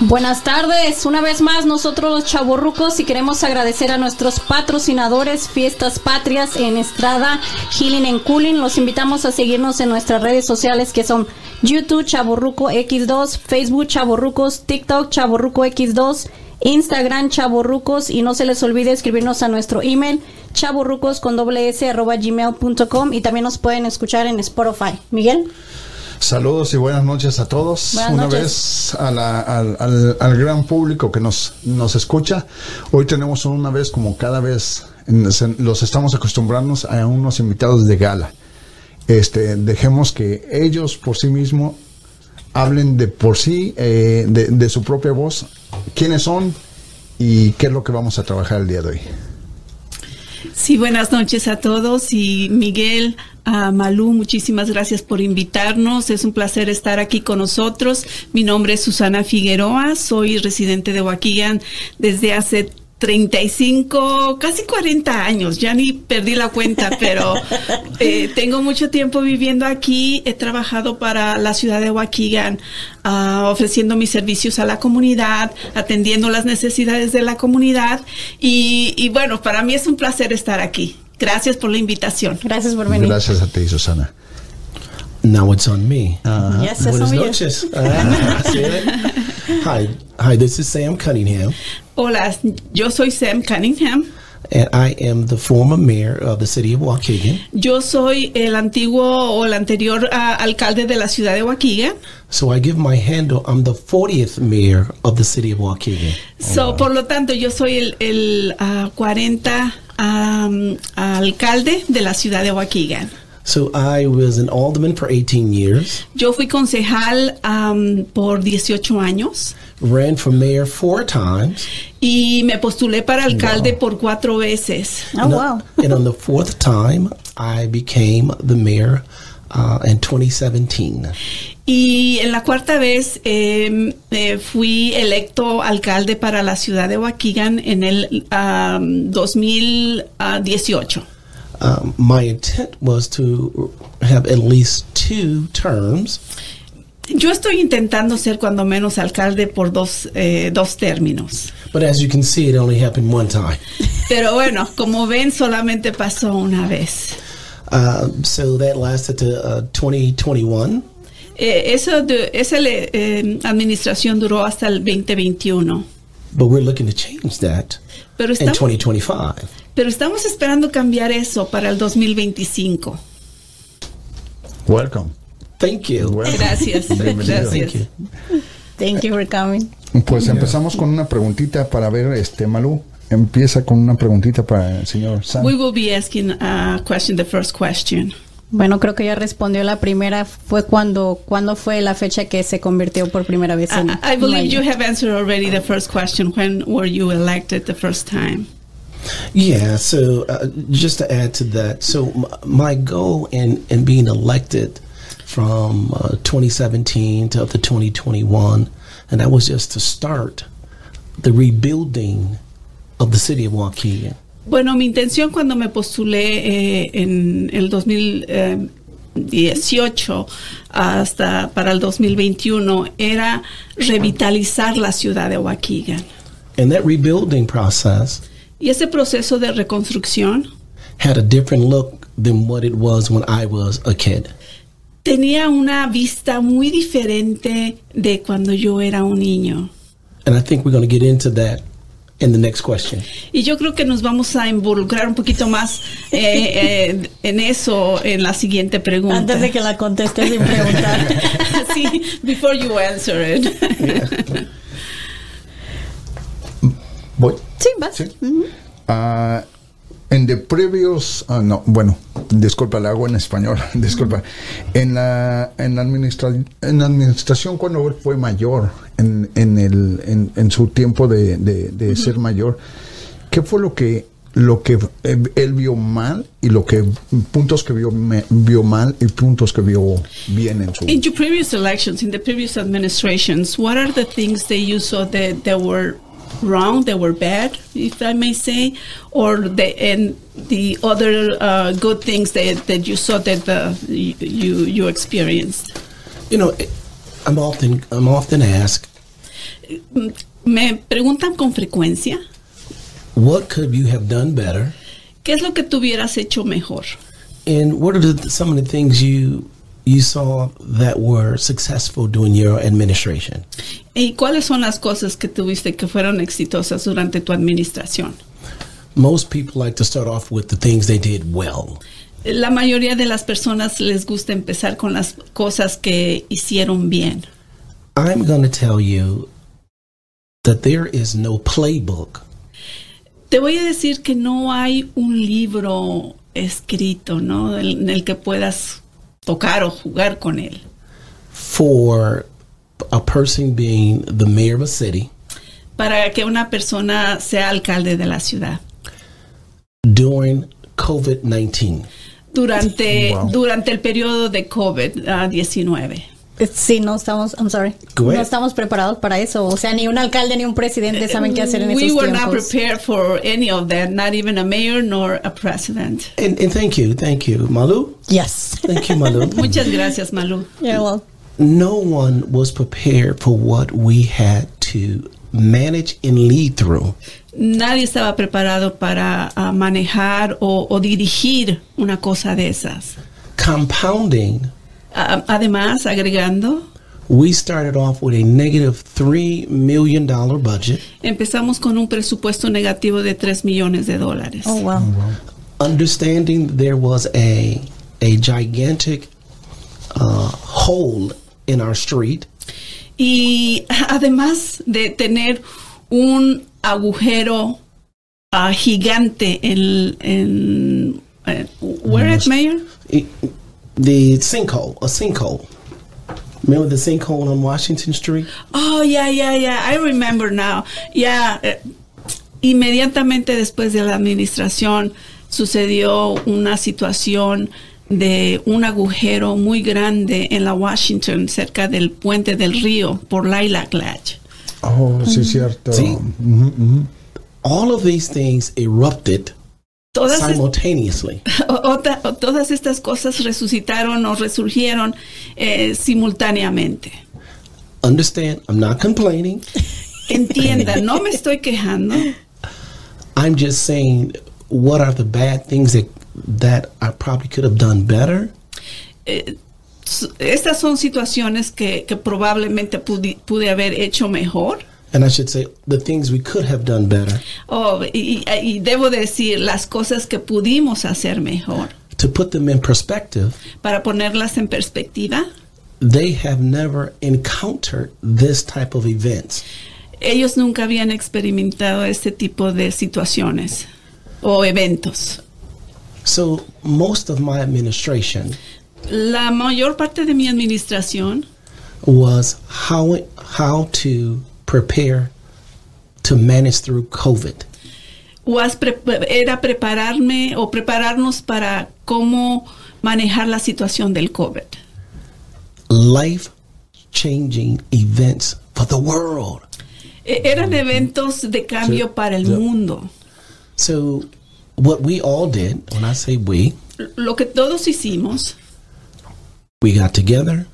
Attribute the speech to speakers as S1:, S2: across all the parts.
S1: Buenas tardes, una vez más nosotros los chavorrucos y queremos agradecer a nuestros patrocinadores Fiestas Patrias en Estrada, Healing en Cooling. Los invitamos a seguirnos en nuestras redes sociales que son YouTube Chaborruco X2, Facebook Chaborrucos, TikTok Chaborruco X2, Instagram Chaborrucos y no se les olvide escribirnos a nuestro email chaborrucos con doble s arroba gmail.com y también nos pueden escuchar en Spotify. Miguel.
S2: Saludos y buenas noches a todos.
S1: Buenas
S2: Una
S1: noches.
S2: vez a la- al, al- al gran público que nos, nos escucha. Hoy tenemos una vez como cada vez en- se- los estamos acostumbrando a unos invitados de gala. Este, dejemos que ellos por sí mismos hablen de por sí, eh, de, de su propia voz, quiénes son y qué es lo que vamos a trabajar el día de hoy.
S3: Sí, buenas noches a todos y Miguel, a Malú, muchísimas gracias por invitarnos. Es un placer estar aquí con nosotros. Mi nombre es Susana Figueroa, soy residente de Huaquillán desde hace 35, casi 40 años, ya ni perdí la cuenta, pero eh, tengo mucho tiempo viviendo aquí, he trabajado para la ciudad de Huaquillán, ah, ofreciendo mis servicios a la comunidad, atendiendo las necesidades de la comunidad y, y bueno, para mí es un placer estar aquí. Gracias por la invitación.
S1: Gracias por venir.
S2: Gracias a ti, Susana.
S4: Now it's on me.
S1: Yes, that's
S4: Buenas
S1: all you.
S4: noches. Ah, see that? Hi, hi. This is Sam Cunningham,
S3: Hola, yo soy Sam Cunningham.
S4: and I am the former mayor of the city of Waukegan.
S3: Yo soy el antiguo o el anterior ah, alcalde de la ciudad de Huaquilla.
S4: So I give my handle. I'm the 40th mayor of the city of Waukegan.
S3: So, por lo tanto, yo soy el, el, ah, 40 am, alcalde de la ciudad de Waukegan.
S4: So I was an alderman for 18 years,
S3: Yo fui concejal am, por 18 años
S4: ran for mayor four times,
S3: y me postulé para alcalde por cuatro veces.
S1: Oh,
S4: and,
S1: wow.
S4: and on the fourth time I became the mayor uh, in 2017.
S3: Y en la cuarta vez eh, eh, fui electo alcalde para la ciudad de Waukegan en el am, ah, 2018.
S4: Um, my intent was to have at least two terms.
S3: Yo estoy intentando ser cuando menos alcalde por dos, eh, dos términos.
S4: But as you can see, it only happened one time.
S3: Pero bueno, como ven, solamente pasó una vez.
S4: Uh, so that lasted to uh, 2021.
S3: Eh, eso de- esa le- eh, administración duró hasta el 2021.
S4: But we're looking to change that
S3: Pero
S4: in
S3: estamos,
S4: 2025.
S3: pero estamos esperando cambiar eso para el 2025.
S2: Welcome.
S4: Thank you.
S2: Welcome.
S3: Gracias.
S2: Bienvenido.
S3: Gracias.
S1: Thank you for coming.
S2: Pues empezamos con una preguntita para ver, este Malú, empieza con una preguntita para el señor Sam.
S3: We will be asking a question, the first question.
S1: Bueno, creo que ya respondió la primera. Fue cuando, cuando fue la fecha que se convirtió por primera vez en.
S3: I, I believe
S1: mayor?
S3: you have answered already the first question. When were you elected the first time?
S4: Yeah, so uh, just to add to that, so m- my goal in, in being elected from uh, 2017 to up to 2021, and that was just to start the rebuilding of the city of Waukegan.
S3: Bueno, mi intención cuando me postulé eh, en el 2018 hasta para el 2021 era revitalizar la ciudad de Waukegan.
S4: And that rebuilding process
S3: Y ese proceso de reconstrucción
S4: had a different look than what it was when I was a kid.
S3: tenía una vista muy diferente de cuando yo era un niño.
S4: And I think we're going to get into that in the next question.
S3: Y yo creo que nos vamos a involucrar un poquito más eh, eh, en eso en la siguiente pregunta.
S1: Antes de que la conteste sin preguntar.
S3: sí, before you answer it.
S2: Voy.
S1: sí, vas.
S2: Sí. Ah, en the previous, ah, no, bueno, disculpa, la hago en español, disculpa. En la, en la, administra- en la administración cuando él fue mayor, en, en, el, en, en su tiempo de, de- de ser mayor, ¿qué fue lo que lo que eh, él vio mal y lo que puntos que vio me- vio mal y puntos que vio bien en su
S3: In your previous elections, in the previous administrations, what are the things that you saw that, that were wrong, that were bad, if I may say, or the and the other uh, good things that, that you saw that the, you you experienced?
S4: You know, it, I'm often I'm often asked,
S3: Me preguntan con frecuencia,
S4: What could you have done better?
S3: ¿qué es lo que tú hubieras hecho mejor?
S4: And what are the, some of the things you you saw that were successful during your administration?
S3: ¿Y cuáles son las cosas que tuviste que fueron exitosas durante tu administración?
S4: Most people like to start off with the things they did well.
S3: La mayoría de las personas les gusta empezar con las cosas que hicieron bien.
S4: I'm going to tell you that there is no playbook
S3: Te voy a decir que no hay un libro escrito, ¿no? del- En el que puedas tocar o jugar con él.
S4: for a person being the mayor of a city,
S3: Para que una persona sea alcalde de la ciudad.
S4: during COVID 19.
S3: Durante,
S2: Wow.
S3: durante el periodo de ah, COVID-19.
S1: Eh, Sí, no estamos, I'm sorry.
S4: Go ahead.
S1: No estamos preparados para eso. O sea, ni un alcalde ni un presidente saben qué hacer en
S3: We
S1: esos
S3: were not
S1: tiempos.
S3: prepared for any of that, not even a mayor nor a president.
S4: And, and thank you, thank you, Malu.
S1: Yes.
S4: Thank you, Malu.
S3: Muchas gracias, Malú.
S1: Yeah, well,
S4: no one was prepared for what we had to manage and lead through.
S3: Nadie estaba preparado para ah, manejar o, o dirigir una cosa de esas.
S4: Compounding,
S3: A- además, agregando,
S4: we started off with a negative $3 million budget
S3: empezamos con un presupuesto negativo de 3 millones de dólares.
S1: oh wow.
S4: understanding there was a a gigantic uh, hole in our street,
S3: Y además de tener un agujero ah, gigante en... en eh, ¿Where it, Mayor?
S4: it- the sinkhole, a sinkhole. Remember the sinkhole on Washington Street?
S3: Oh, yeah, yeah, yeah. I remember now. Yeah. eh, Inmediatamente después de la administración sucedió una situación de un agujero muy grande en la Washington cerca del puente del río por Laila Glatch.
S2: Oh, sí, cierto.
S4: Sí.
S2: Ujú, ujú.
S4: All of these things erupted
S3: Todas, es-
S4: simultaneously.
S3: o- ota- o todas estas cosas resucitaron o resurgieron eh, simultáneamente.
S4: Understand? I'm not complaining.
S3: Entienda, no me estoy quejando.
S4: I'm just saying what are the bad things that that I probably could have done better.
S3: eh, s- estas son situaciones que, que probablemente pudi- pude haber hecho mejor.
S4: And I should say the things we could have done better
S3: Oh, y, y- y debo decir las cosas que pudimos hacer mejor.
S4: to put them in perspective.
S3: Para ponerlas en perspectiva,
S4: they have never encountered this type of events.
S3: ellos nunca habían experimentado este tipo de situaciones o eventos.
S4: So most of my administration
S3: La mayor parte de mi administración
S4: was how how to prepare to manage through COVID.
S3: was pre- era prepararme o prepararnos para cómo manejar la situación del COVID.
S4: Life changing events for the world.
S3: E- Eran eventos de cambio para el mundo.
S4: So what we all did, when I say we,
S3: Lo que todos hicimos
S4: we got together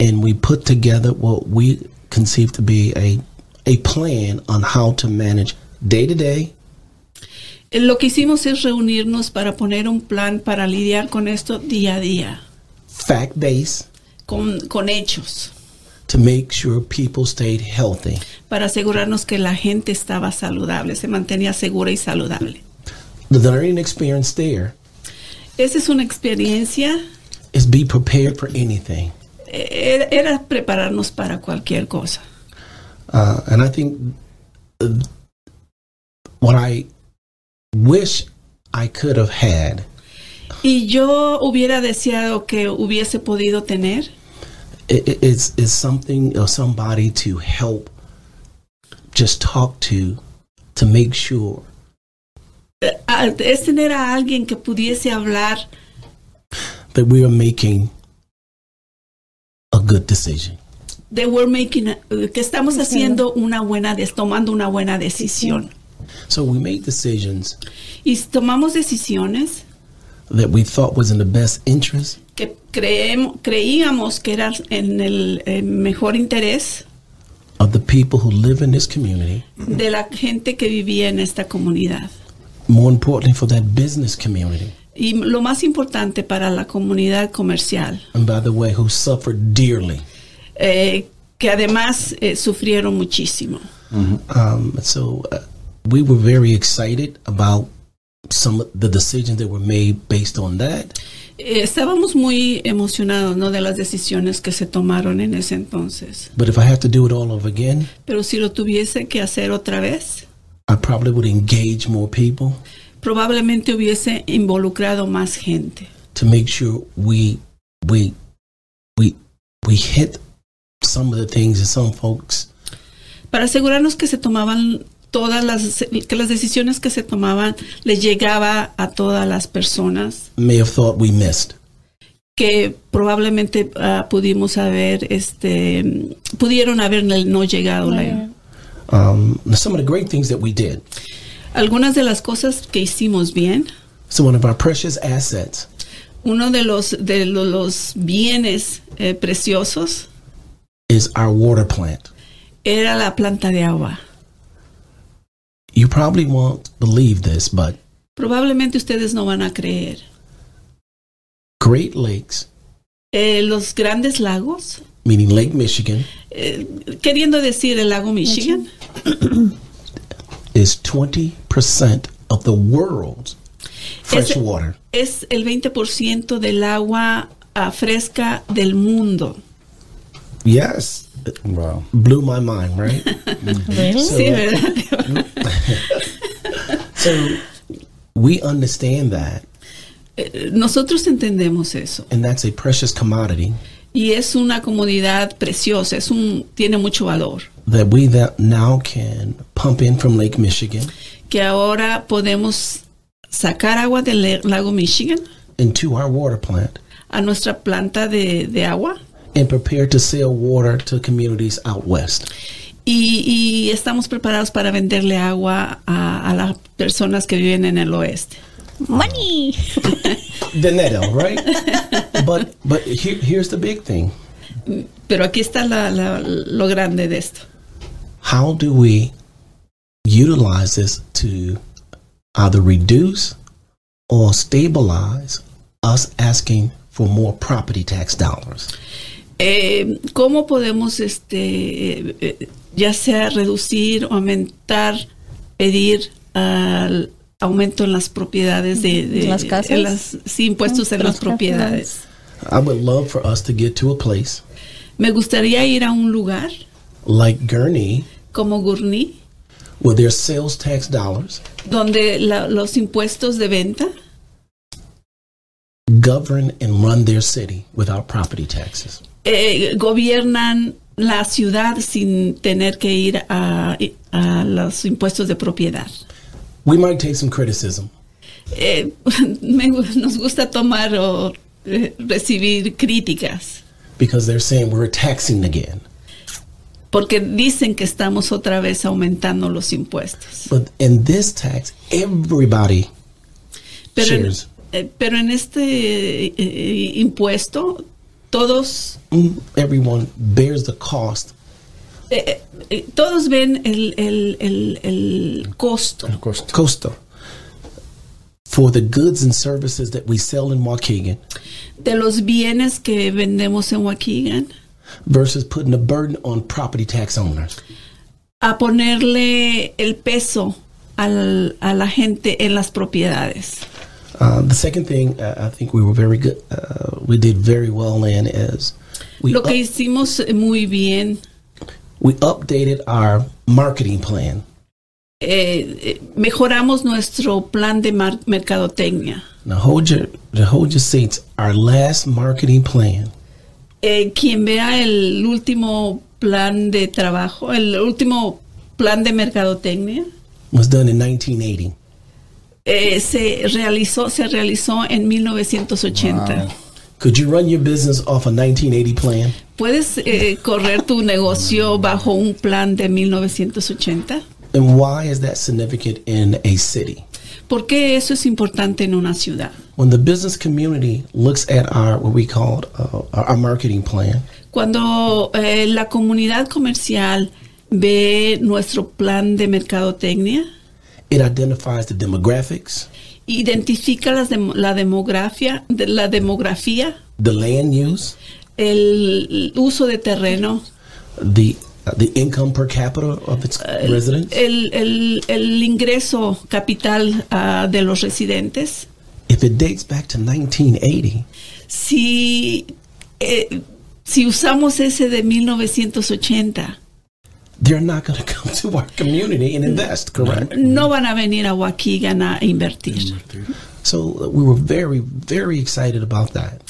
S4: and we put together what we conceived to be a a plan on how to manage day to day
S3: Eh, Lo que hicimos es reunirnos para poner un plan para lidiar con esto día a día,
S4: fact based
S3: con, con hechos,
S4: to make sure people stayed healthy.
S3: para asegurarnos que la gente estaba saludable, se mantenía segura y saludable.
S4: The learning experience there
S3: Esa es una experiencia,
S4: is be prepared for anything.
S3: eh, era, era prepararnos para cualquier cosa.
S4: Uh, and I think uh, what I wish I could have had
S3: Y yo hubiera deseado que hubiese podido tener
S4: i- i- is, is something or somebody to help just talk to to make sure.
S3: eh, a- es tener a alguien que pudiese hablar
S4: that we are making a good decision.
S3: de we're making a- eh, que estamos haciendo una buena des- tomando una buena decisión
S4: So we made decisions
S3: y tomamos decisiones
S4: that we thought was in the best interest
S3: que creem- creíamos que era en el eh, mejor interés
S4: of the people who live in this community,
S3: de la gente que vivía en esta comunidad.
S4: more importantly, for that business community.
S3: Y lo más importante para la comunidad comercial,
S4: And by the way, who suffered dearly.
S3: eh, que además eh, sufrieron muchísimo.
S4: Um, so uh, we were very excited about some of the decisions that were made based on that.
S3: Eh, estábamos muy emocionados ¿no? de las decisiones que se tomaron en ese entonces.
S4: But if I had to do it all over again,
S3: Pero si lo tuviese que hacer otra vez,
S4: I probably would engage more people
S3: probablemente hubiese involucrado más gente
S4: to make sure we we we we hit some of the things that some folks
S3: para asegurarnos que se tomaban todas las que las decisiones que se tomaban les llegaba a todas las personas
S4: may have thought we missed.
S3: que probablemente ah, pudimos haber este mm, pudieron haber no llegado la-
S4: Um, some of the great things that we did.
S3: algunas de las cosas que hicimos bien
S4: So one of our precious assets
S3: uno de los de lo- los bienes eh, preciosos
S4: is our water plant.
S3: era la planta de agua
S4: You probably won't believe this, but
S3: probablemente ustedes no van a creer
S4: Great Lakes,
S3: Eh, los grandes lagos
S4: meaning Lake Michigan,
S3: eh, queriendo decir el lago Michigan,
S4: is 20% of the world's fresh
S3: Ese-
S4: water.
S3: es el 20% del agua ah, fresca del mundo.
S4: Yes. It
S2: Wow.
S4: blew my mind, right?
S5: Really?
S3: Sí, ¿verdad?
S4: so we understand that,
S3: Eh, Nosotros entendemos eso.
S4: and that's a precious commodity
S3: Y es una comodidad preciosa, es un, tiene mucho valor,
S4: that we that now can pump in from Lake Michigan
S3: que ahora podemos sacar agua del le- lago Michigan
S4: into our water plant
S3: a nuestra planta de, de agua
S4: and prepare to sell water to communities out west.
S3: y, y estamos preparados para venderle agua a, a las personas que viven en el oeste.
S5: Money.
S4: The netto, right? but but here, here's the big thing.
S3: Pero aquí está la- la- lo grande de esto.
S4: how do we utilize this to either reduce or stabilize us asking for more property tax dollars?
S3: Eh, ¿Cómo podemos, este, eh, eh, ya sea reducir o aumentar, pedir al aumento en las propiedades de, de-
S5: ¿Las casas?
S3: en las- sí, impuestos en las
S5: Las
S3: propiedades?
S4: I would love for us to get to a place
S3: Me gustaría ir a un lugar
S4: like Gurnee
S3: como Gurnee,
S4: where there's sales tax dollars
S3: donde la- los impuestos de venta
S4: govern and run their city without property taxes.
S3: eh, gobiernan la ciudad sin tener que ir a, a los impuestos de propiedad.
S4: We might take some criticism,
S3: Eh, me gu- nos gusta tomar o eh, recibir críticas
S4: because they're saying we're taxing again.
S3: porque dicen que estamos otra vez aumentando los impuestos.
S4: But in this tax, everybody
S3: Pero, en,
S4: shares.
S3: eh, pero en este eh, eh, impuesto todos
S4: Mm, Everyone bears the cost
S3: eh, eh, eh, todos ven el, el- el- el costo
S2: El costo.
S4: Costa for the goods and services that we sell in Waukegan
S3: de los bienes que vendemos en Waukegan
S4: versus putting a burden on property tax owners.
S3: a ponerle el peso al- a la gente en las propiedades.
S4: Uh, the second thing uh, I think we were very good, uh, we did very well in is we,
S3: Lo que
S4: up-
S3: hicimos eh, muy bien
S4: we updated our marketing plan.
S3: eh, eh, mejoramos nuestro plan de mar- mercadotecnia.
S4: Now hold your, now hold your seats. Our last marketing plan
S3: Eh, quien vea el último plan de trabajo, el último plan de mercadotecnia,
S4: was done in 1980.
S3: eh, se realizó, se realizó en 1980.
S4: Could you run your business off a 1980 plan?
S3: ¿Puedes eh, correr tu negocio bajo un plan de 1980?
S4: And why is that significant in a city?
S3: ¿Por qué eso es importante en una ciudad?
S4: when the business community looks at our what we called uh, our our marketing plan
S3: Cuando eh, la comunidad comercial ve nuestro plan de mercadotecnia,
S4: It identifies the demographics,
S3: identifica las dem- la, demografía, de- la demografía,
S4: the land use,
S3: el uso de terreno,
S4: the uh, the income per capita of its residents.
S3: el, el- el ingreso capital ah, de los residentes.
S4: if it dates back to 1980,
S3: Si, eh, si usamos ese de 1980,
S4: they're not going to come to our community and invest, correct?
S3: no van a venir a Waukegan a invertir.
S4: So uh, we were very, very excited about that.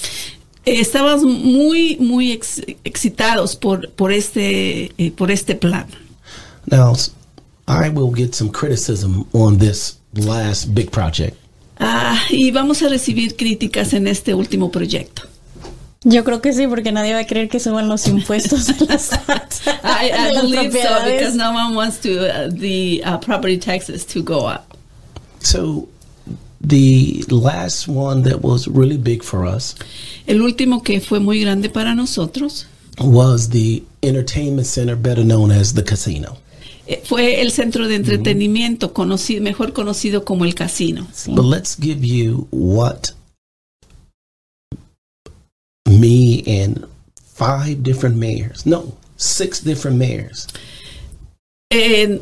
S3: Eh, Estábamos muy, muy ex- excitados por, por, este, eh, por este plan.
S4: Now, s- I will get some criticism on this last big project.
S3: Ah, y vamos a recibir críticas en este último proyecto.
S1: Yo creo que sí, porque nadie va a querer que suban los impuestos de las,
S3: I, I
S1: de las
S3: believe so
S1: propiedades.
S3: because no one wants to uh, the uh, property taxes to go up.
S4: So the last one that was really big for us
S3: El último que fue muy grande para nosotros
S4: was the entertainment center, better known as the casino.
S3: eh, fue el centro de entretenimiento conocido, mejor conocido como el casino.
S4: But let's give you what me and five different mayors, no, six different mayors.
S3: And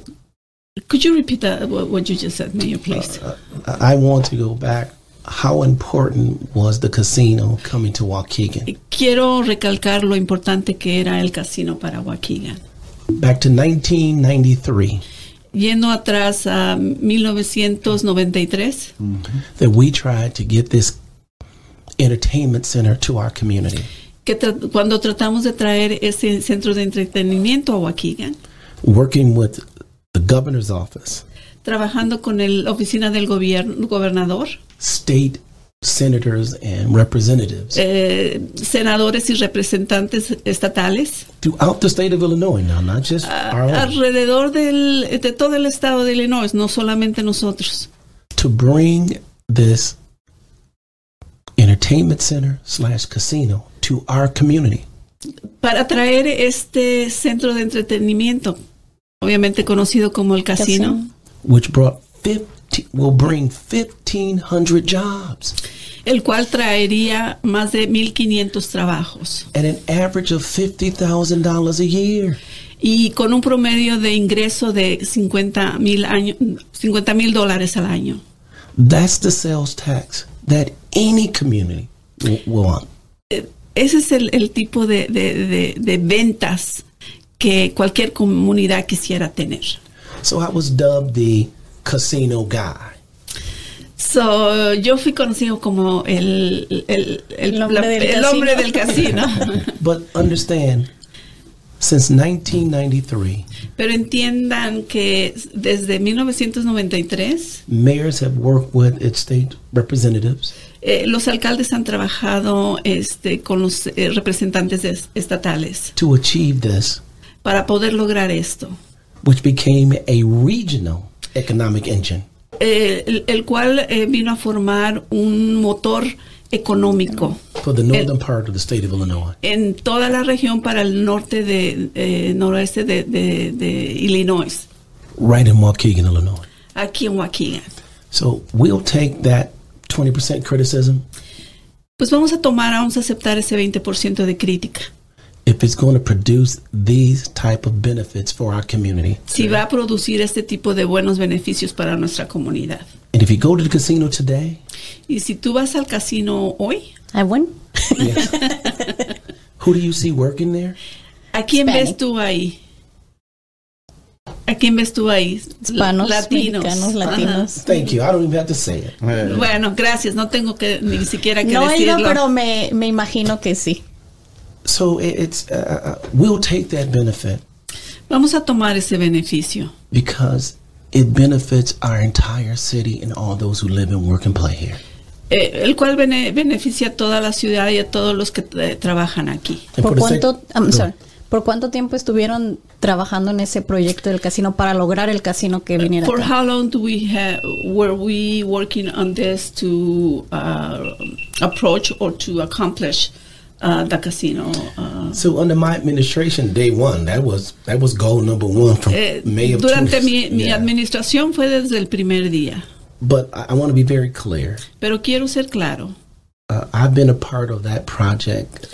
S3: could you repeat that, what, what you just said, Mayor, please?
S4: I I want to go back. How important was the casino coming to Waukegan?
S3: Quiero recalcar lo importante que era el casino para Waukegan.
S4: Back to 1993,
S3: Yendo atrás a 1993,
S4: that we tried to get this entertainment center to our community.
S3: que tra- cuando tratamos de traer ese centro de entretenimiento a Waukegan,
S4: Working with the governor's office,
S3: trabajando con el- la oficina del gobierno, gobernador,
S4: state senators, and representatives
S3: eh, senadores y representantes estatales,
S4: throughout the state of Illinois now, not just our own,
S3: alrededor del, de todo el estado de Illinois, no solamente nosotros,
S4: to bring this entertainment center slash casino to our community.
S3: para traer este centro de entretenimiento, obviamente conocido como el casino.
S4: which brought 15, will bring 1,500 jobs
S3: el cual traería más de 1.500 trabajos
S4: at an average of $50,000 a year.
S3: y con un promedio de ingreso de 50 mil dólares al año.
S4: That's the sales tax that any community will, will want.
S3: Eh, Ese es el, el tipo de, de- de- de ventas que cualquier comunidad quisiera tener.
S4: So I was dubbed the casino guy.
S3: So, yo fui conocido como el, el- el-
S1: El hombre
S3: la-
S1: del
S3: el
S1: casino.
S3: hombre del casino.
S4: But understand, since 1993,
S3: Pero entiendan que desde 1993
S4: mayors have worked with its state representatives,
S3: Eh, los alcaldes han trabajado este, con los eh, representantes es- estatales
S4: to achieve this,
S3: para poder lograr esto,
S4: which became a regional economic engine.
S3: Eh, el, el cual eh, vino a formar un motor económico
S4: For the northern part of the state of Illinois.
S3: en toda la región para el norte de eh, noroeste de, de- de Illinois,
S4: right in Waukegan, Illinois.
S3: aquí en Waukegan.
S4: So we'll take that 20% criticism
S3: Pues vamos a tomar, vamos a aceptar ese 20% de crítica.
S4: if it's going to produce these type of benefits for our community.
S3: Si va a producir este tipo de buenos beneficios para nuestra comunidad.
S4: And if you go to the casino today,
S3: Y si tú vas al casino hoy,
S1: Ah, bueno.
S4: who do you see working there?
S3: ¿A quién
S1: Hispanic.
S3: ves tú ahí? ¿A quién ves tú ahí?
S1: Hispanos,
S3: latinos.
S1: mexicanos, latinos.
S4: Thank you. I don't even have to say it.
S3: Ajá. Bueno, gracias. No tengo que ni siquiera que
S1: No he
S3: decirlo.
S1: ido, pero me, me imagino que sí.
S4: So it, it's uh, uh, we'll take that benefit
S3: Vamos a tomar ese beneficio
S4: because it benefits our entire city and all those who live and work and play here.
S3: eh, el cual bene- beneficia a toda la ciudad y a todos los que eh, trabajan aquí.
S4: And
S1: ¿Por
S4: for the sake-
S1: cuánto, I'm
S4: No.
S1: sorry, ¿Por cuánto tiempo estuvieron trabajando en ese proyecto del casino para lograr el casino que viniera?
S3: For
S1: acá?
S3: how long do we have, were we working on this to uh, approach or to accomplish uh, the casino. Uh,
S4: So under my administration, day one, that was that was goal number one from
S3: eh,
S4: May of
S3: durante
S4: 20
S3: mi, mi
S4: Yeah.
S3: administración fue desde el primer día,
S4: But I, I want to be very clear.
S3: pero quiero ser claro.
S4: Uh, I've been a part of that project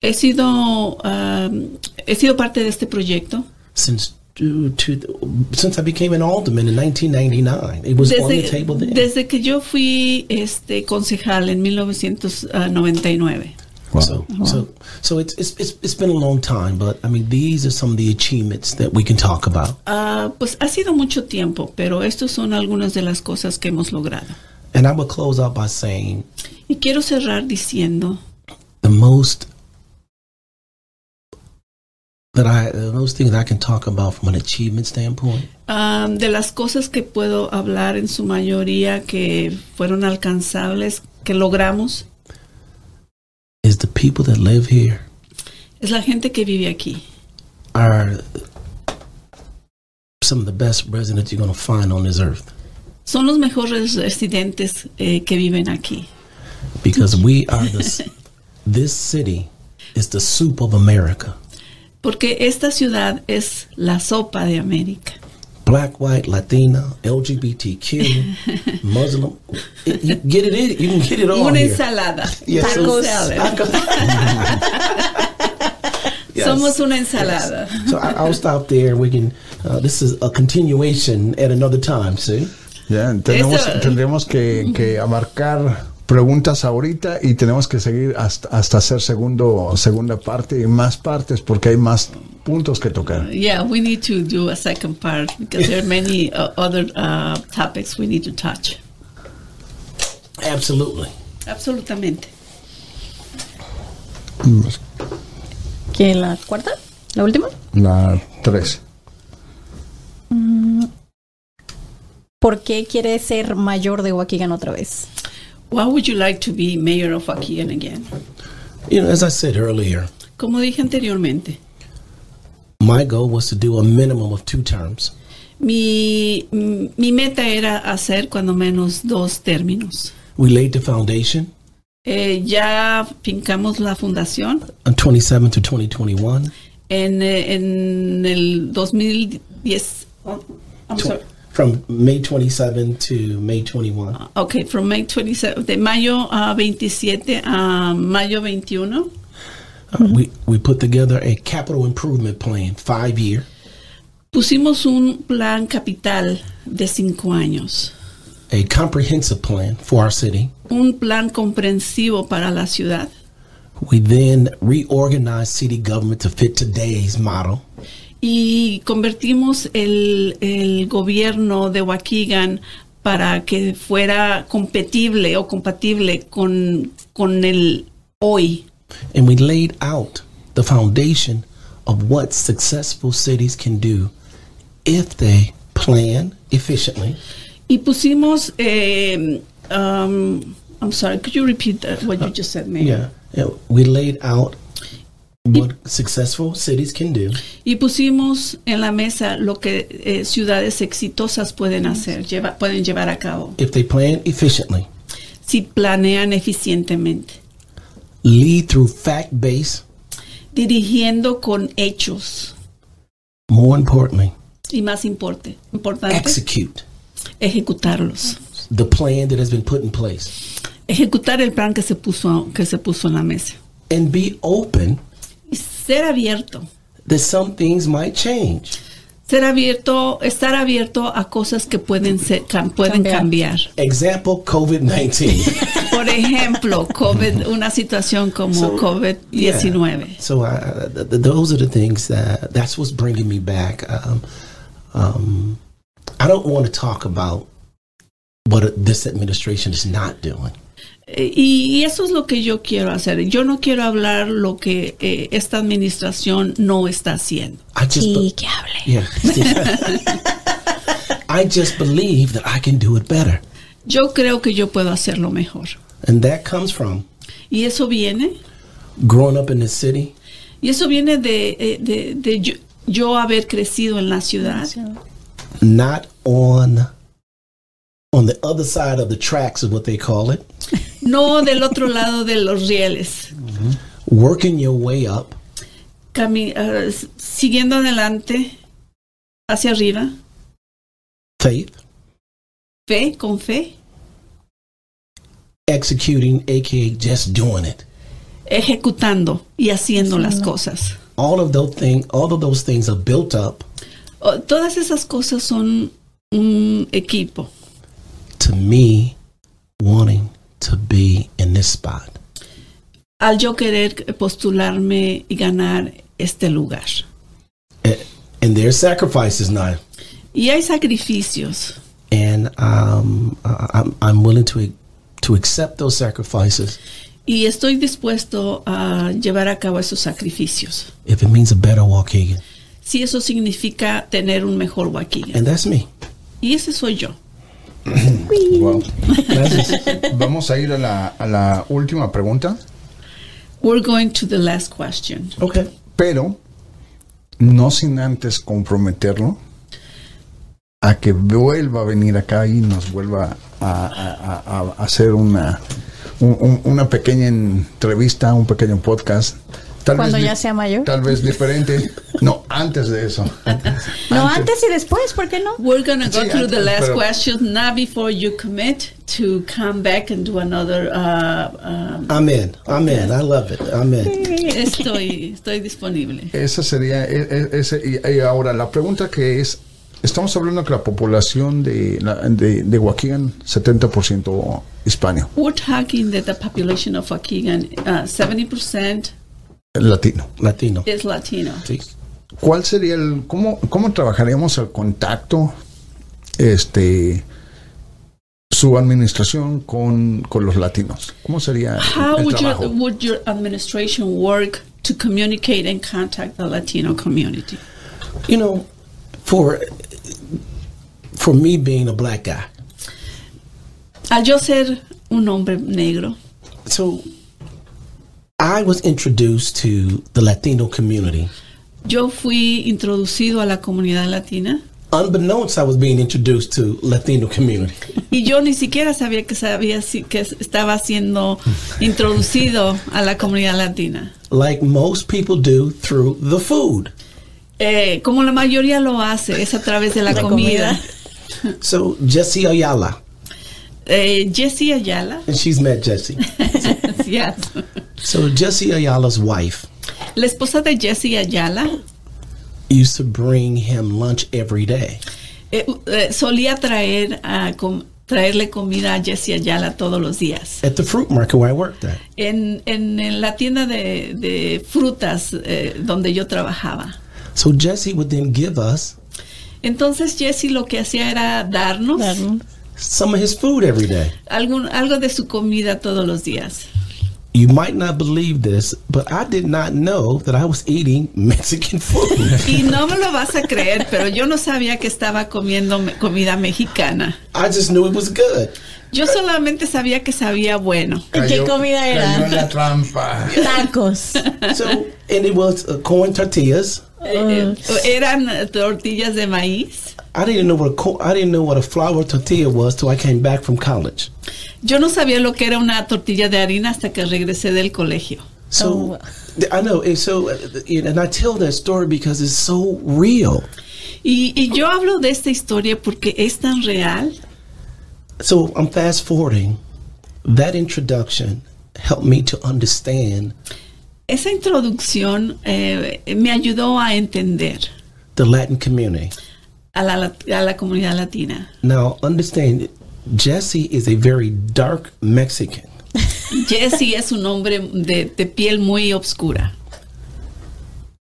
S3: He sido, um, he sido parte de este proyecto
S4: since two, two, since I became an alderman in 1999. It was on the
S3: desde,
S4: table then.
S3: desde que yo fui este concejal en 1999.
S4: So, so, so it's, it's it's it's been a long time, but I mean, these are some of the achievements that we can talk about.
S3: Ah, pues ha sido mucho tiempo, pero estos son algunas de las cosas que hemos logrado.
S4: And I will close out by saying
S3: Y quiero cerrar diciendo
S4: the most that I the most things I can talk about from an achievement standpoint
S3: ah, de las cosas que puedo hablar en su mayoría que fueron alcanzables, que logramos,
S4: is the people that live here
S3: es la gente que vive aquí.
S4: are some of the best residents you're going to find on this earth
S3: Son los mejores residentes eh, que viven aquí.
S4: because we are the s- this city is the soup of America.
S3: Porque esta ciudad es la sopa de América.
S4: black, white, Latina, LGBTQ, Muslim. It- you get it in. You can get it all
S3: Una
S4: here.
S3: ensalada.
S4: Yes.
S3: Taco salad.
S4: Yes.
S3: Somos una ensalada.
S4: So I, I'll stop there. We can. Uh, this is a continuation at another time. See.
S2: Ya, tenemos,
S3: Eso-
S2: tendremos que, que abarcar preguntas ahorita y tenemos que seguir hasta, hasta hacer segundo, segunda parte y más partes porque hay más puntos que tocar.
S3: Yeah, we need to do a second part because there are many uh, other uh, topics we need to touch.
S4: Absolutely.
S3: Absolutamente.
S2: Pues,
S1: ¿Qué, la cuarta? ¿La última?
S2: La 3.
S1: ¿Por qué quiere ser mayor de Waukegan otra vez?
S3: Why would you like to be mayor of Waukegan again?
S4: You know, as I said earlier,
S3: Como dije anteriormente,
S4: my goal was to do a minimum of two terms.
S3: mi, mm, mi meta era hacer cuando menos dos términos.
S4: We laid the foundation
S3: Eh, ya fincamos la fundación
S4: on 27 to 2021.
S3: en, eh, en el 2010. Oh, I'm sorry.
S4: From May 27 to May 21.
S3: Okay, from May 27, de mayo a 27 a mayo 21.
S4: Uh, we, we put together a capital improvement plan, five year.
S3: Pusimos un plan capital de cinco años,
S4: a comprehensive plan for our city.
S3: un plan comprensivo para la ciudad
S4: We then reorganized city government to fit today's model.
S3: y convertimos el, el gobierno de Waukegan para que fuera compatible o compatible con, con el hoy.
S4: And we laid out the foundation of what successful cities can do if they plan efficiently.
S3: Y pusimos, eh, um, I'm sorry, could you repeat that, what you just said, Mayor?
S4: Yeah, We laid out what successful cities can do
S3: Y pusimos en la mesa lo que eh, ciudades exitosas pueden hacer, lleva- pueden llevar a cabo,
S4: if they plan efficiently,
S3: si planean eficientemente,
S4: lead through fact based,
S3: dirigiendo con hechos
S4: more importantly,
S3: y más importe, importante,
S4: execute
S3: ejecutarlos,
S4: the plan that has been put in place
S3: ejecutar el plan que se puso que se puso en la mesa
S4: and be open
S3: y ser abierto,
S4: that some things might change.
S3: ser abierto, estar abierto a cosas que pueden ser cam- pueden
S1: Cambiar.
S3: cambiar.
S4: Example COVID 19.
S3: Por ejemplo, COVID, una situation como COVID-19.
S4: So I, I- th- th- those are the things that that's what's bringing me back. Um, um, I don't want to talk about what this administration is not doing.
S3: Eh, Y, y eso es lo que yo quiero hacer. Yo no quiero hablar lo que eh, esta administración no está haciendo.
S4: I just be-
S1: Y que hable.
S4: yeah. I just believe that I can do it better,
S3: Yo creo que yo puedo hacerlo mejor.
S4: and that comes from
S3: Y eso viene,
S4: growing up in the city,
S3: y eso viene de, eh, de- de yo, yo haber crecido en la ciudad,
S4: not on on the other side of the tracks, is what they call it.
S3: no del otro lado de los rieles,
S4: working your way up
S3: Cami- ah, s- siguiendo adelante, hacia arriba,
S4: faith,
S3: fe, con fe,
S4: executing, aka just doing it.
S3: ejecutando y haciendo las
S1: Haciendo.
S3: cosas.
S4: All of those things, all of those things are built up
S3: O- Todas esas cosas son un equipo.
S4: to me wanting to be in this spot.
S3: Al yo querer postularme y ganar este lugar.
S4: A- And there's sacrifices now,
S3: Y hay sacrificios.
S4: and um, I- I'm I'm willing to to accept those sacrifices
S3: Y estoy dispuesto a llevar a cabo esos sacrificios.
S4: if it means a better Waukegan.
S3: Si eso significa tener un mejor Waukegan.
S4: And that's me.
S3: Y ese soy yo.
S2: Wow. Vamos a ir a la, a la última pregunta,
S3: We're going to the last question.
S4: Okay.
S2: pero no sin antes comprometerlo a que vuelva a venir acá y nos vuelva a, a- a- a hacer una, un- un- una pequeña entrevista, un pequeño podcast. Tal
S5: Cuando
S2: vez di-
S5: ya sea mayor.
S2: Tal vez diferente. No, antes de eso.
S5: No, antes y después, ¿por qué no?
S3: We're going to go
S2: Sí,
S3: through the
S2: antes,
S3: last
S2: pero-
S3: question now before you commit to come back and do another. uh, um,
S4: I'm in. I'm in. I love it. I'm in.
S3: estoy, estoy disponible.
S2: Esa sería, e- e- ese, y, y ahora la pregunta que es, estamos hablando que la población de, la- de, de Waukegan, 70% hispano,
S3: We're talking that the population of Waukegan, uh, 70%
S2: latino.
S4: Latino.
S3: is Latino.
S4: See?
S2: ¿Cuál sería el, cómo, cómo trabajaríamos el contacto, este, su administración con, con los latinos? ¿Cómo sería
S5: Ah,
S3: How
S2: el
S3: would your,
S2: trabajo?
S3: would your administration work to communicate and contact the Latino community?
S4: You know, for for me being a black guy,
S3: Al yo ser un hombre negro,
S4: so I was introduced to the Latino community.
S3: yo fui introducido a la comunidad latina
S4: Unbeknownst, I was being introduced to Latino community.
S3: y yo ni siquiera sabía que sabía si- que estaba siendo introducido a la comunidad latina.
S4: like most people do through the food.
S3: Eh, como la mayoría lo hace, es a través de la,
S5: La
S3: comida.
S5: comida.
S4: So Jesse Ayala,
S3: Eh, Jessie Ayala,
S4: and she's met Jesse.
S3: yes.
S4: So Jesse Ayala's wife
S3: la esposa de Jessie Ayala
S4: used to bring him lunch every day.
S3: eh, eh, solía traer a com- traerle comida a Jessie Ayala todos los días.
S4: at the fruit market where I worked at.
S3: En, en- en la tienda de, de frutas eh, donde yo trabajaba.
S4: So Jesse would then give us
S3: Entonces Jessie lo que hacía era darnos
S4: some of his food every day.
S3: algún, algo de su comida todos los días.
S4: You might not believe this, but I did not know that I was eating Mexican food.
S3: Y no me lo vas a creer, pero yo no sabía que estaba comiendo me- comida mexicana.
S4: I just knew it was good.
S3: Yo solamente sabía que sabía bueno.
S5: ¿Qué comida
S2: Cayó en
S5: era?
S2: la trampa.
S5: Tacos.
S4: So, and it was uh, corn tortillas.
S5: Ah. Uh,
S3: Eh, eran eh, tortillas de maíz.
S4: I didn't know what a cor- I didn't know what a flour tortilla was till I came back from college.
S3: Yo no sabía lo que era una tortilla de harina hasta que regresé del colegio.
S5: Oh,
S4: So
S5: wow.
S4: I know it's so, uh, and I tell that story because it's so real.
S3: Y, y yo hablo de esta historia porque es tan real.
S4: So I'm fast forwarding. That introduction helped me to understand
S3: Esa introducción eh, me ayudó a entender
S4: the Latin community.
S3: a la, lat- a la comunidad latina.
S4: Now, understand, Jesse is a very dark Mexican.
S3: Jesse es un hombre de, de piel muy oscura.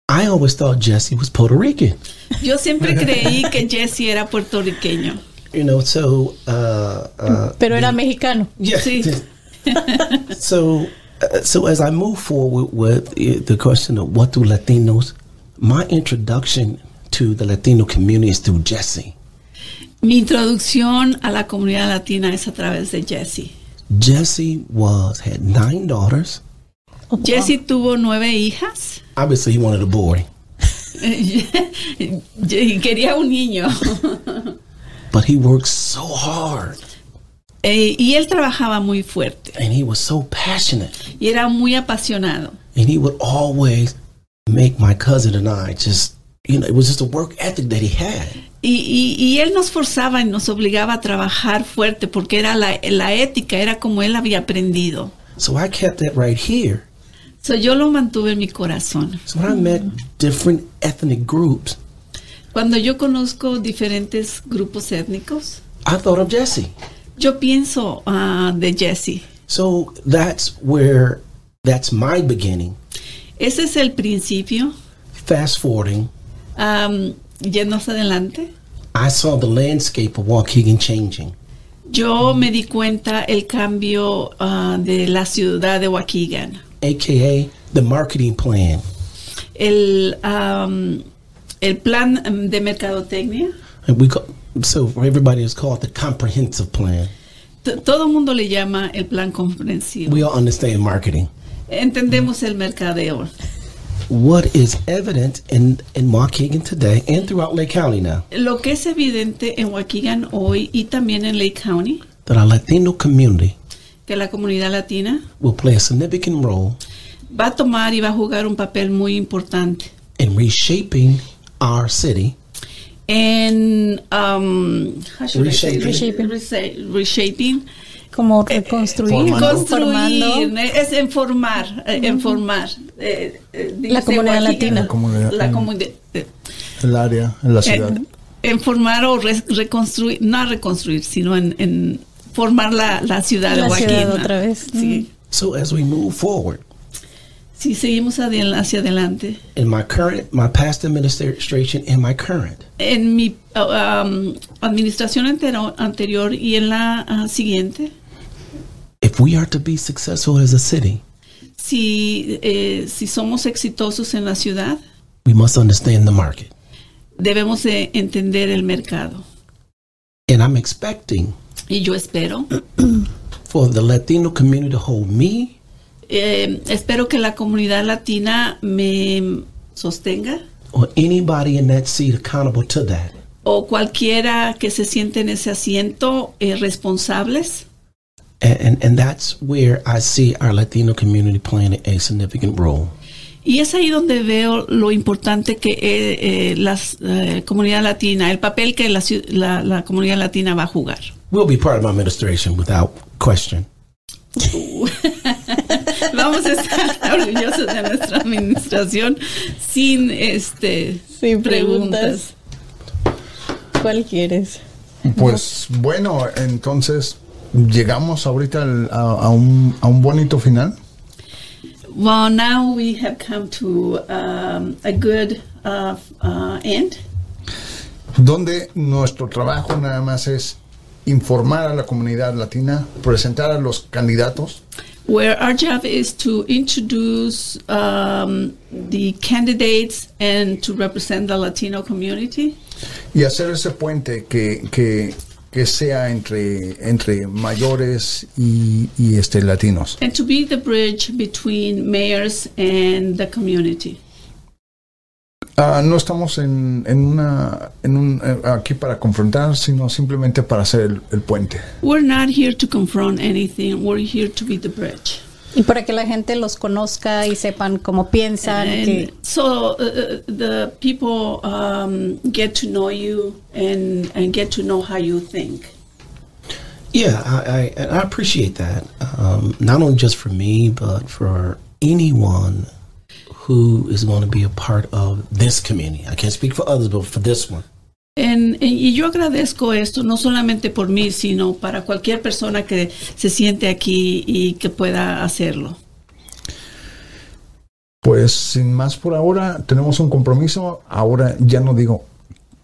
S4: I always thought Jesse was Puerto Rican.
S3: Yo siempre creí que Jesse era puertorriqueño.
S4: You know, so uh, uh,
S5: Pero era mexicano.
S4: yeah.
S3: Sí.
S4: so, uh, so as I move forward with uh, the question of what do Latinos, my introduction to the Latino community is through Jesse.
S3: Mi introducción a la comunidad latina es a través de Jesse.
S4: Jesse was had nine daughters.
S3: Jesse tuvo nueve hijas
S4: Obviously, he wanted a boy,
S3: y quería un niño.
S4: but he worked so hard
S3: Eh, y él trabajaba muy fuerte
S4: and he was so passionate.
S3: y era muy apasionado.
S4: and he would always make my cousin and I just, you know, it was just a work ethic that he had.
S3: Y, y- y él nos forzaba y nos obligaba a trabajar fuerte porque era la, la ética, era como él había aprendido.
S4: So I kept that right here.
S3: So, yo lo mantuve en mi corazón.
S4: So when I met different ethnic groups,
S3: Cuando yo conozco diferentes grupos étnicos,
S4: I thought of Jesse.
S3: yo pienso ah, de Jesse.
S4: So that's where that's my beginning.
S3: Ese es el principio.
S4: Fast forwarding,
S3: Am, yéndose adelante,
S4: I saw the landscape of Waukegan changing.
S3: yo me di cuenta el cambio ah, de la ciudad de Waukegan.
S4: aka the marketing plan.
S3: El, am, el plan em, de mercadotecnia,
S4: And we call, so for everybody it's called the comprehensive plan.
S3: t- todo el mundo le llama el plan comprensivo.
S4: We all understand marketing.
S3: Entendemos el mercadeo.
S4: What is evident in in Waukegan today and throughout Lake County now
S3: Lo que es evidente en Waukegan hoy y también en Lake County,
S4: that our Latino community
S3: que la comunidad latina
S4: will play a significant role
S3: va a tomar y va a jugar un papel muy importante
S4: in reshaping our city
S3: en um, how should I say it?
S5: Reshaping.
S3: Resa- reshaping.
S5: Como reconstruir,
S4: Formando.
S5: formando.
S3: Construir, eh, es informar, eh, informar. eh, eh,
S5: La
S3: dice
S5: comunidad
S3: Joaquín,
S5: latina.
S2: La comunidad-
S3: La comunidad. eh,
S2: el área, la ciudad.
S3: eh, informar o re- reconstruir, no reconstruir, sino en, en formar la, la ciudad de
S5: La
S3: Joaquín.
S5: ciudad
S3: ¿no?
S5: otra vez. Mm.
S3: Sí,
S4: so as we move forward
S3: Sí, seguimos adel- hacia adelante.
S4: in my current my past administration and my current
S3: En mi ah, um, administración antero- anterior y en la ah, siguiente,
S4: if we are to be successful as a city
S3: si, eh, si somos exitosos en la ciudad,
S4: we must understand the market
S3: debemos de entender el mercado.
S4: and i'm expecting
S3: Y yo espero,
S4: for the latino community to hold me
S3: eh, espero que la comunidad latina me sostenga
S4: or anybody in that seat accountable to that
S3: o cualquiera que se siente en ese asiento eh, responsables.
S4: and, and and that's where i see our latino community playing a significant role
S3: Y es ahí donde veo lo importante que eh, eh, las, eh, comunidad latina, el papel que la, ciu- la- la comunidad latina va a jugar.
S4: we'll be part of my administration without question
S3: Vamos a estar orgullosos de nuestra administración sin este
S5: Sin preguntas. ¿Cuál quieres?
S2: Pues bueno, entonces llegamos ahorita al- a, a un, a un bonito final.
S3: Well, now we have come to um, a good uh, uh, end.
S2: donde nuestro trabajo nada más es informar a la comunidad latina, presentar a los candidatos
S3: where our job is to introduce um, the candidates and to represent the Latino community
S2: y hacer ese puente que, que, que sea entre, entre mayores y, y, este, latinos.
S3: and to be the bridge between mayors and the community.
S2: Ah, no estamos en, en una, en un, eh, aquí para confrontar, sino simplemente para hacer el, el puente.
S3: We're not here to confront anything, we're here to be the bridge.
S5: Y para que la gente los conozca y sepan cómo piensan.
S3: And
S5: que-
S3: so uh, uh, the people um, get to know you and, and get to know how you think.
S4: Yeah, I, I, and I appreciate that. Um, not only just for me, but for anyone who is going to be a part of this community. I can't speak for others, but for this one.
S3: En- en- y yo agradezco esto, no solamente por mí, sino para cualquier persona que se siente aquí y que pueda hacerlo.
S2: Pues sin más por ahora, tenemos un compromiso. Ahora ya no digo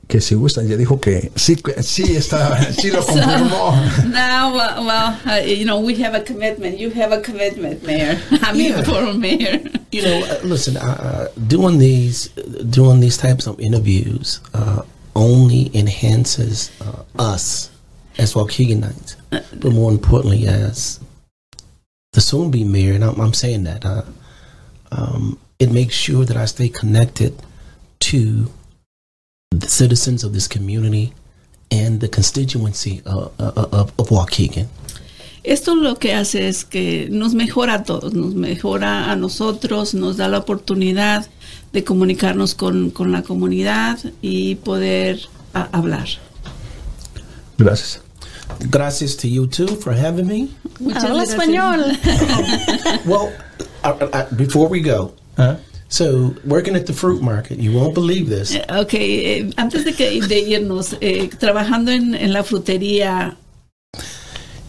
S2: que si gusta, ya dijo que sí, que sí, está, sí lo confirmó.
S3: Now, uh, well, uh, you know, we have a commitment. You have a commitment, Mayor. I mean,
S4: Yeah.
S3: for Mayor.
S4: You know, uh, listen, uh, uh, doing these doing these types of interviews uh, only enhances uh, us as Waukeganites, but more importantly, as the soon-be mayor. And I'm, I'm saying that uh, um, it makes sure that I stay connected to the citizens uh, of this community and the constituency of, of, of Waukegan.
S3: Esto lo que hace es que nos mejora a todos, nos mejora a nosotros, nos da la oportunidad de comunicarnos con, con la comunidad y poder a- hablar.
S2: Gracias.
S4: Gracias to you too for having me.
S3: Muchas
S1: Habla
S3: gracias.
S1: español.
S4: Well, I, I, before we go,
S2: Ah,
S4: so working at the fruit market, you won't believe this.
S3: Eh, Ok, eh, antes de, que, de irnos, eh, trabajando en, en la frutería,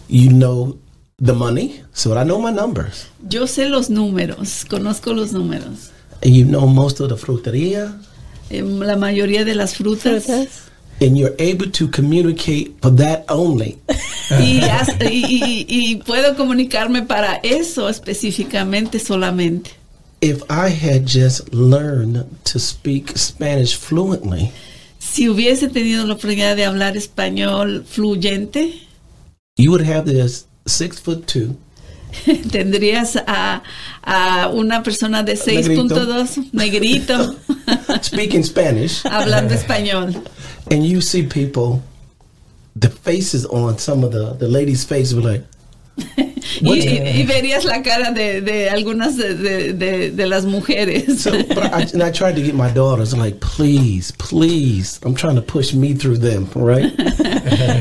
S4: You know the money, so I know my numbers.
S3: yo sé los números, conozco los números.
S4: And you know most of the fruteria,
S3: Eh, la mayoría de las frutas.
S4: and you're able to communicate for that only.
S3: Y, haz- y- y- y puedo comunicarme para eso específicamente solamente.
S4: If I had just learned to speak Spanish fluently,
S3: Si hubiese tenido la oportunidad de hablar español fluyente,
S4: you would have this six foot two,
S3: tendrías a, a una persona de 6.2 negrito
S4: speaking Spanish,
S3: hablando español.
S4: and you see people, the faces on some of the the ladies' face were like,
S3: Y, y- y verías la cara de, de algunas de, de- de- de las mujeres.
S4: So, but I, and I tried to get my daughters. I'm like, please, please. I'm trying to push me through them, right?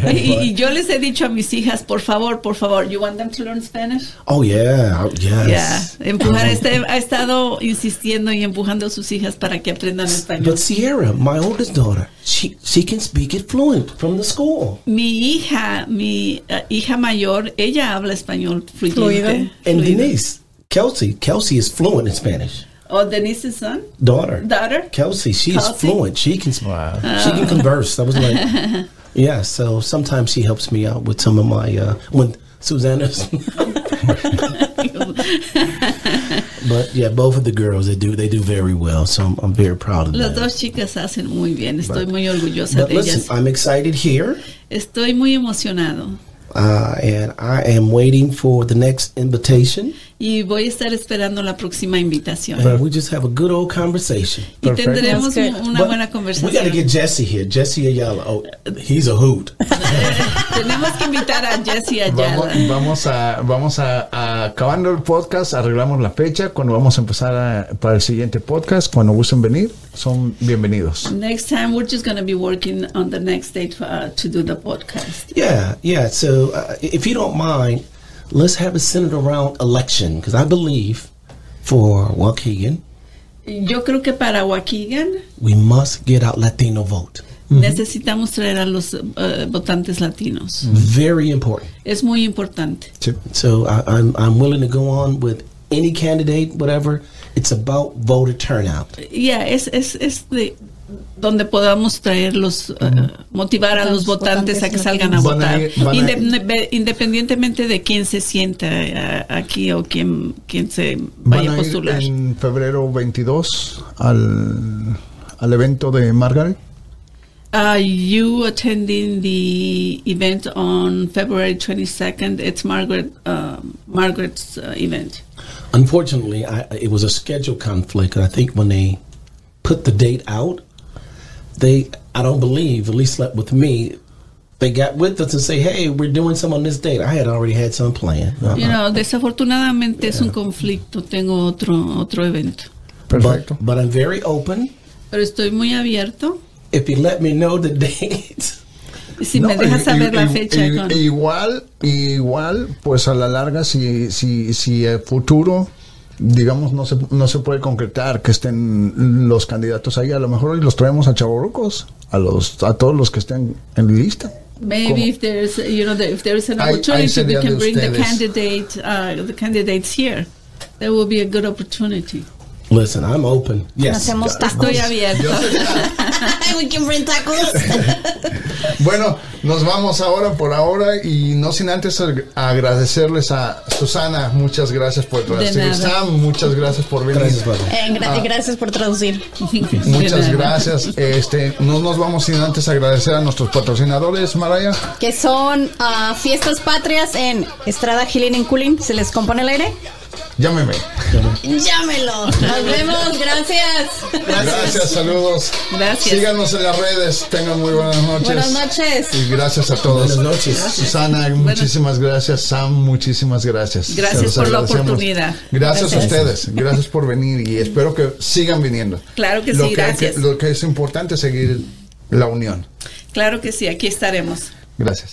S3: Y, y yo les he dicho a mis hijas, por favor, por favor, you want them to learn Spanish?
S4: oh yeah, oh, yes.
S3: Ya, empujar. este- ha estado insistiendo y empujando a sus hijas para que aprendan español.
S4: But Sierra, my oldest daughter, she she can speak it fluent from the school,
S3: Mi hija, mi eh, hija mayor, ella habla español fluyente.
S4: and
S3: Fluido.
S4: Denise, Kelsey, Kelsey is fluent in Spanish.
S3: Oh, Denise's son,
S4: Daughter,
S3: daughter.
S4: Kelsey, she is
S3: Kelsey?
S4: fluent. She can she
S3: Oh.
S4: can converse. I was like, yeah. So sometimes she helps me out with some of my uh, when Susanna's. But yeah, both of the girls they do they do very well. So I'm, I'm very proud of
S3: Las
S4: that.
S3: dos chicas hacen muy bien. Estoy muy orgullosa
S4: But
S3: de ellas.
S4: listen, I'm excited here,
S3: Estoy muy emocionado
S4: uh, and I am waiting for the next invitation.
S3: y voy a estar esperando la próxima invitación.
S4: And we just have a good old conversation.
S3: Y
S2: Perfecto.
S3: tendremos
S1: That's
S3: un-
S1: good.
S3: Uh-huh. una
S4: But
S3: buena
S4: We got to
S3: conversación.
S4: get Jesse here. Jesse Ayala. Oh, he's a hoot.
S3: Tenemos que invitar a Jessie
S2: Vamos,
S3: Ayala.
S2: vamos a, vamos a, a- acabando el podcast, arreglamos la fecha, cuando vamos a empezar a- para el siguiente podcast, cuando gusten venir, son bienvenidos.
S3: Next time, we're just going to be working on the next date for, uh, to do the podcast.
S4: Yeah, yeah. So uh, if you don't mind, let's have it centered around election because I believe for Waukegan,
S3: Yo creo que para Waukegan
S4: we must get out Latino vote.
S3: necesitamos traer a los eh, votantes
S2: Mm.
S3: latinos.
S4: Very important.
S3: Es muy importante.
S2: Sí.
S4: So I, I'm I'm willing to go on with any candidate, whatever. It's about voter turnout.
S3: Yeah, es, es, es de donde podamos traer los, eh, motivar a los
S5: Los votantes
S3: votantes a que salgan a
S2: latinos. Van a
S3: votar,
S2: ir- van a-
S3: Independe- independientemente de quién se sienta eh, aquí o quién, quién se
S2: Van
S3: vaya a
S2: a ir
S3: postular.
S2: en febrero 22 al, al evento de Margaret.
S3: Are you attending the event on February 22nd? It's Margaret um, Margaret's uh, event.
S4: Unfortunately, I, it was a schedule conflict. and I think when they put the date out, they I don't believe, at least like with me, they got with us and say, "Hey, we're doing some on this date." I had already had some planned. Uh-uh.
S3: You know, desafortunadamente es un conflicto. Tengo otro otro evento,
S2: Perfecto.
S4: But, but I'm very open.
S3: pero estoy muy abierto.
S4: If you let me know the date,
S3: Si
S2: No,
S3: me dejas
S2: y-
S3: saber
S2: y-
S3: la
S2: y-
S3: fecha,
S2: y-
S3: con-
S2: igual, igual, pues a la larga, si, si, si el futuro, digamos, no se, no se puede concretar que estén los candidatos ahí, a lo mejor hoy los traemos a chavorrucos, a los, a todos los que estén en lista.
S3: maybe
S2: Como-
S3: if there's you know the- if there's an
S2: Ahí- ahí
S3: opportunity, we
S2: sería
S3: can
S2: de
S3: bring the
S2: ustedes.
S3: candidate uh, the candidates here. That will be a good opportunity.
S4: listen, I'm open. Yes,
S5: Hacemos tacos.
S3: Estoy abierto.
S2: Pues, Yo sé-
S5: We can bring tacos.
S2: Bueno, nos vamos ahora por ahora y no sin antes ag- agradecerles a Susana, muchas gracias por traducir.
S3: nada.
S2: Sam, muchas gracias por venir.
S4: Gracias, brother.
S5: Eh,
S3: Ah.
S5: gra- gracias por traducir.
S2: Muchas gracias. Este, no nos vamos sin antes agradecer a nuestros patrocinadores, Maraya.
S5: Que son ah, fiestas patrias en Estrada Gilín en Culín. ¿Se les compone el aire?
S2: Llámeme.
S1: Llámelo. Nos vemos. Gracias.
S2: Gracias, saludos.
S3: Gracias.
S2: Síganos en las redes. Tengan muy buenas noches.
S1: Buenas noches.
S2: Y gracias a todos.
S4: Buenas noches. Gracias.
S2: Susana, muchísimas gracias. Sam, muchísimas gracias.
S3: Gracias
S2: Se los
S3: por la
S2: agradecemos.
S3: oportunidad.
S2: Gracias,
S3: Gracias.
S2: a ustedes. Gracias por venir y espero que sigan viniendo.
S3: Claro que
S2: Lo
S3: sí,
S2: hay que-
S3: gracias.
S2: lo que es importante es seguir la unión.
S3: Claro que sí, aquí estaremos.
S2: Gracias.